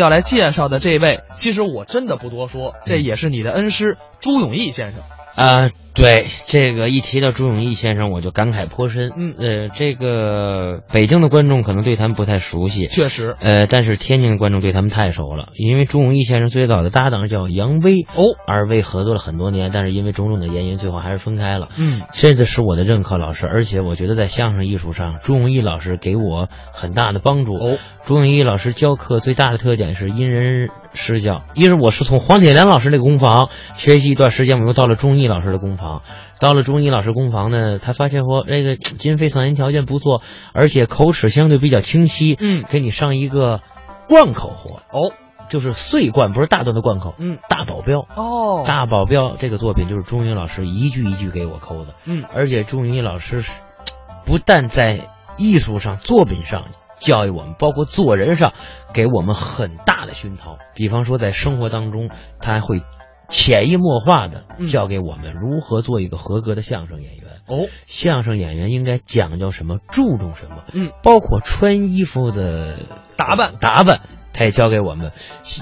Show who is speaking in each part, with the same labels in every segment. Speaker 1: 要来介绍的这位，其实我真的不多说，
Speaker 2: 嗯
Speaker 1: 这也是你的恩师朱永义先生。
Speaker 2: 啊，对这个一提到朱永义先生，我就感慨颇深。
Speaker 1: 嗯
Speaker 2: 呃，这个北京的观众可能对他们不太熟悉，
Speaker 1: 确实，
Speaker 2: 呃，但是天津的观众对他们太熟了，因为朱永义先生最早的搭档叫杨威，
Speaker 1: 哦，
Speaker 2: 二位合作了很多年，但是因为种种的原因，最后还是分开了。
Speaker 1: 嗯，
Speaker 2: 这个是我的任课老师，而且我觉得在相声艺术上，朱永义老师给我很大的帮助。
Speaker 1: 哦，
Speaker 2: 朱永义老师教课最大的特点是因人施教，一是我是从黄铁良老师那个工坊学习一段时间，我又到了钟义老师的工坊，到了钟义老师工坊呢，才发现说这个经费嗓音条件不错，而且口齿相对比较清晰，
Speaker 1: 嗯
Speaker 2: 给你上一个贯口活，
Speaker 1: 哦，
Speaker 2: 就是碎贯，不是大段的贯口，
Speaker 1: 嗯，
Speaker 2: 大保镖。
Speaker 1: 哦，
Speaker 2: 大保镖这个作品就是钟义老师一句一句给我抠的，
Speaker 1: 嗯，
Speaker 2: 而且钟云逸老师是不但在艺术上、作品上教育我们，包括做人上给我们很大的熏陶。比方说，在生活当中，他还会潜移默化的
Speaker 1: 嗯
Speaker 2: 教给我们如何做一个合格的相声演员。
Speaker 1: 哦，
Speaker 2: 相声演员应该讲究什么，注重什么，
Speaker 1: 嗯，
Speaker 2: 包括穿衣服的
Speaker 1: 打扮
Speaker 2: 打扮，他也教给我们。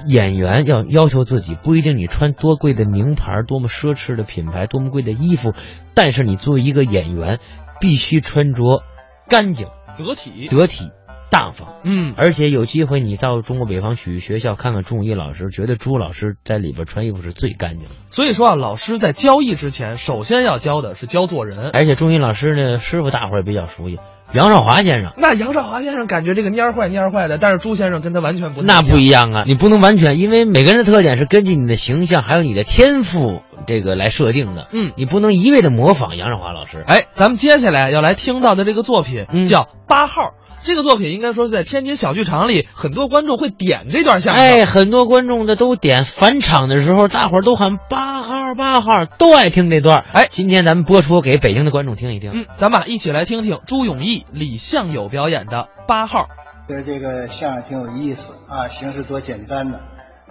Speaker 2: 演员要要求自己，不一定你穿多贵的名牌，多么奢侈的品牌，多么贵的衣服，但是你作为一个演员，必须穿着干净、
Speaker 1: 得体，
Speaker 2: 得体、大方。
Speaker 1: 嗯，
Speaker 2: 而且有机会你到中国北方曲艺学校看看朱一老师，觉得朱老师在里边穿衣服是最干净的。
Speaker 1: 所以说啊，老师在教艺之前，首先要教的是教做人。
Speaker 2: 而且朱一老师呢，师傅大伙儿也比较熟悉，杨少华先生。
Speaker 1: 那杨少华先生感觉这个蔫儿坏蔫儿坏的，但是朱先生跟他完全不太
Speaker 2: 那
Speaker 1: 样
Speaker 2: 不一样啊！你不能完全，因为每个人的特点是根据你的形象还有你的天赋这个来设定的。
Speaker 1: 嗯
Speaker 2: 你不能一味的模仿杨少华老师。
Speaker 1: 哎，咱们接下来要来听到的这个作品
Speaker 2: 嗯
Speaker 1: 叫《八号》。这个作品应该说是在天津小剧场里，很多观众会点这段相声。
Speaker 2: 哎，很多观众的都点返场的时候，大伙儿都喊八号八号，都爱听这段。
Speaker 1: 哎
Speaker 2: 今天咱们播出给北京的观众听一听。
Speaker 1: 嗯，咱们啊一起来听听朱永义、李相友表演的《八号》。
Speaker 3: 觉得这个相声挺有意思啊，形式多简单呢，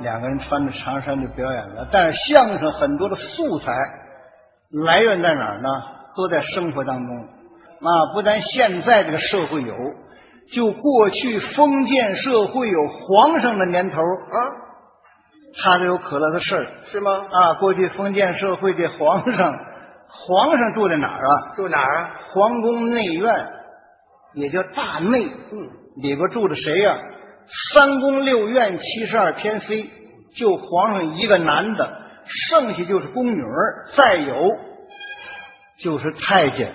Speaker 3: 两个人穿着长衫就表演了。但是相声很多的素材来源在哪儿呢？都在生活当中啊，不但现在这个社会有，就过去封建社会有皇上的年头啊，他都有可乐的事儿
Speaker 4: 是吗？
Speaker 3: 啊。过去封建社会这皇上，皇上住在哪儿啊？
Speaker 4: 住哪儿啊？
Speaker 3: 皇宫内院，也叫大内。嗯，里边住着谁呀、三宫六院七十二偏妃，就皇上一个男的，剩下就是宫女儿，再有就是太监。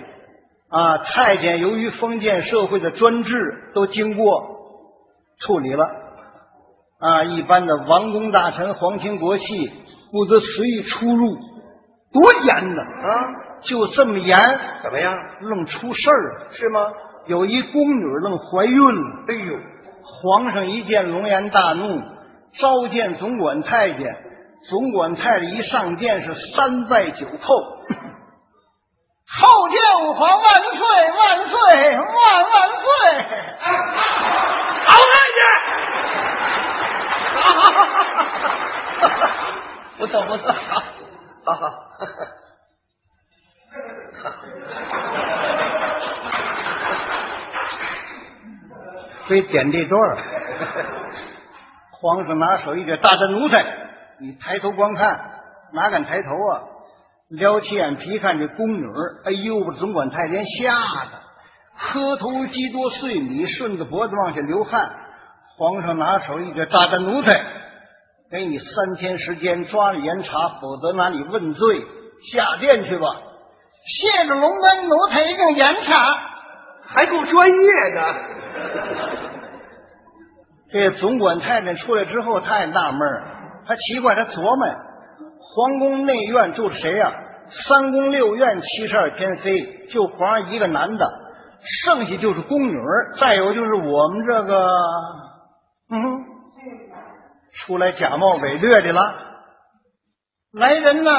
Speaker 3: 啊，太监由于封建社会的专制，都经过处理了。啊，一般的王公大臣、皇亲国戚不得随意出入，多严呐！
Speaker 4: 啊，
Speaker 3: 就这么严，
Speaker 4: 怎么样？
Speaker 3: 愣出事儿了。
Speaker 4: 是吗？
Speaker 3: 有一宫女愣怀孕了，
Speaker 4: 哎呦，
Speaker 3: 皇上一见龙颜大怒，召见总管太监。总管太监一上殿是三拜九叩，叩见吾皇万岁万岁万万岁！好太监，不错不错，
Speaker 4: 哈哈，
Speaker 3: 非点这段儿。 皇上拿手一指大战奴才，你抬头光看，哪敢抬头啊？撩起眼皮看这宫女儿，哎呦，把总管太监吓得磕头击多碎米，顺着脖子往下流汗。皇上拿手一指大战奴才，给你三天时间抓着严查，否则拿你问罪，下殿去吧。谢着龙门奴才一定严查。
Speaker 4: 还够专业的。
Speaker 3: 这总管太监出来之后，他也纳闷儿，他奇怪，他琢磨，皇宫内院住着谁呀、三宫六院七十二偏妃，就皇上一个男的，剩下就是宫女儿，再有就是我们这个，嗯，出来假冒伪劣的了。来人呐，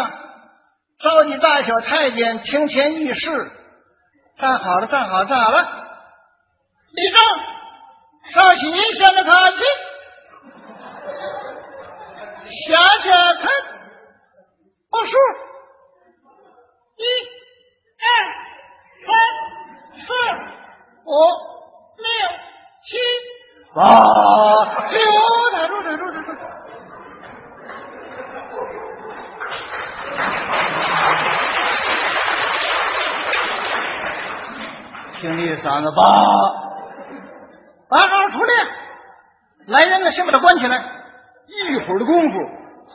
Speaker 3: 召集大小太监庭前议事。站好了，站好了，站好了。立正，稍息，向着看去，想想看，报数，一、二、三、四、啊五、六、七、八、九，打住，打住，听这三个八，报告出来，来人了，先把他关起来。一会儿的功夫，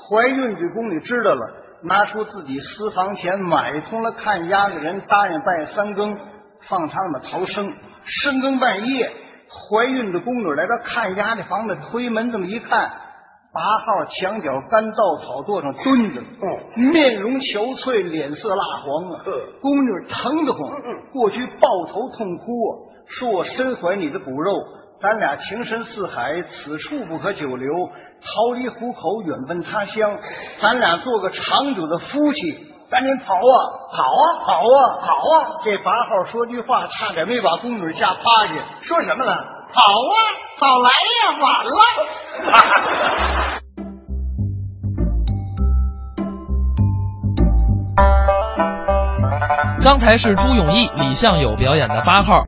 Speaker 3: 怀运这宫女知道了，拿出自己私房钱买通了看押的人，答应拜三更放他们逃生。深更半夜，怀孕的宫女来到看押的房子，推门这么一看，八号墙角干稻草垛上蹲着，面容憔悴，脸色蜡黄啊。宫女疼得慌，过去抱头痛哭啊，说我身怀你的骨肉，咱俩情深似海，此处不可久留，逃离虎口，远奔他乡，咱俩做个长久的夫妻。赶紧跑啊！跑啊！跑啊！跑啊！这八号说句话，差点没把宫女吓趴下。说什么了？跑啊！早来呀、晚了。
Speaker 1: 刚才是朱永义、李相友表演的八号。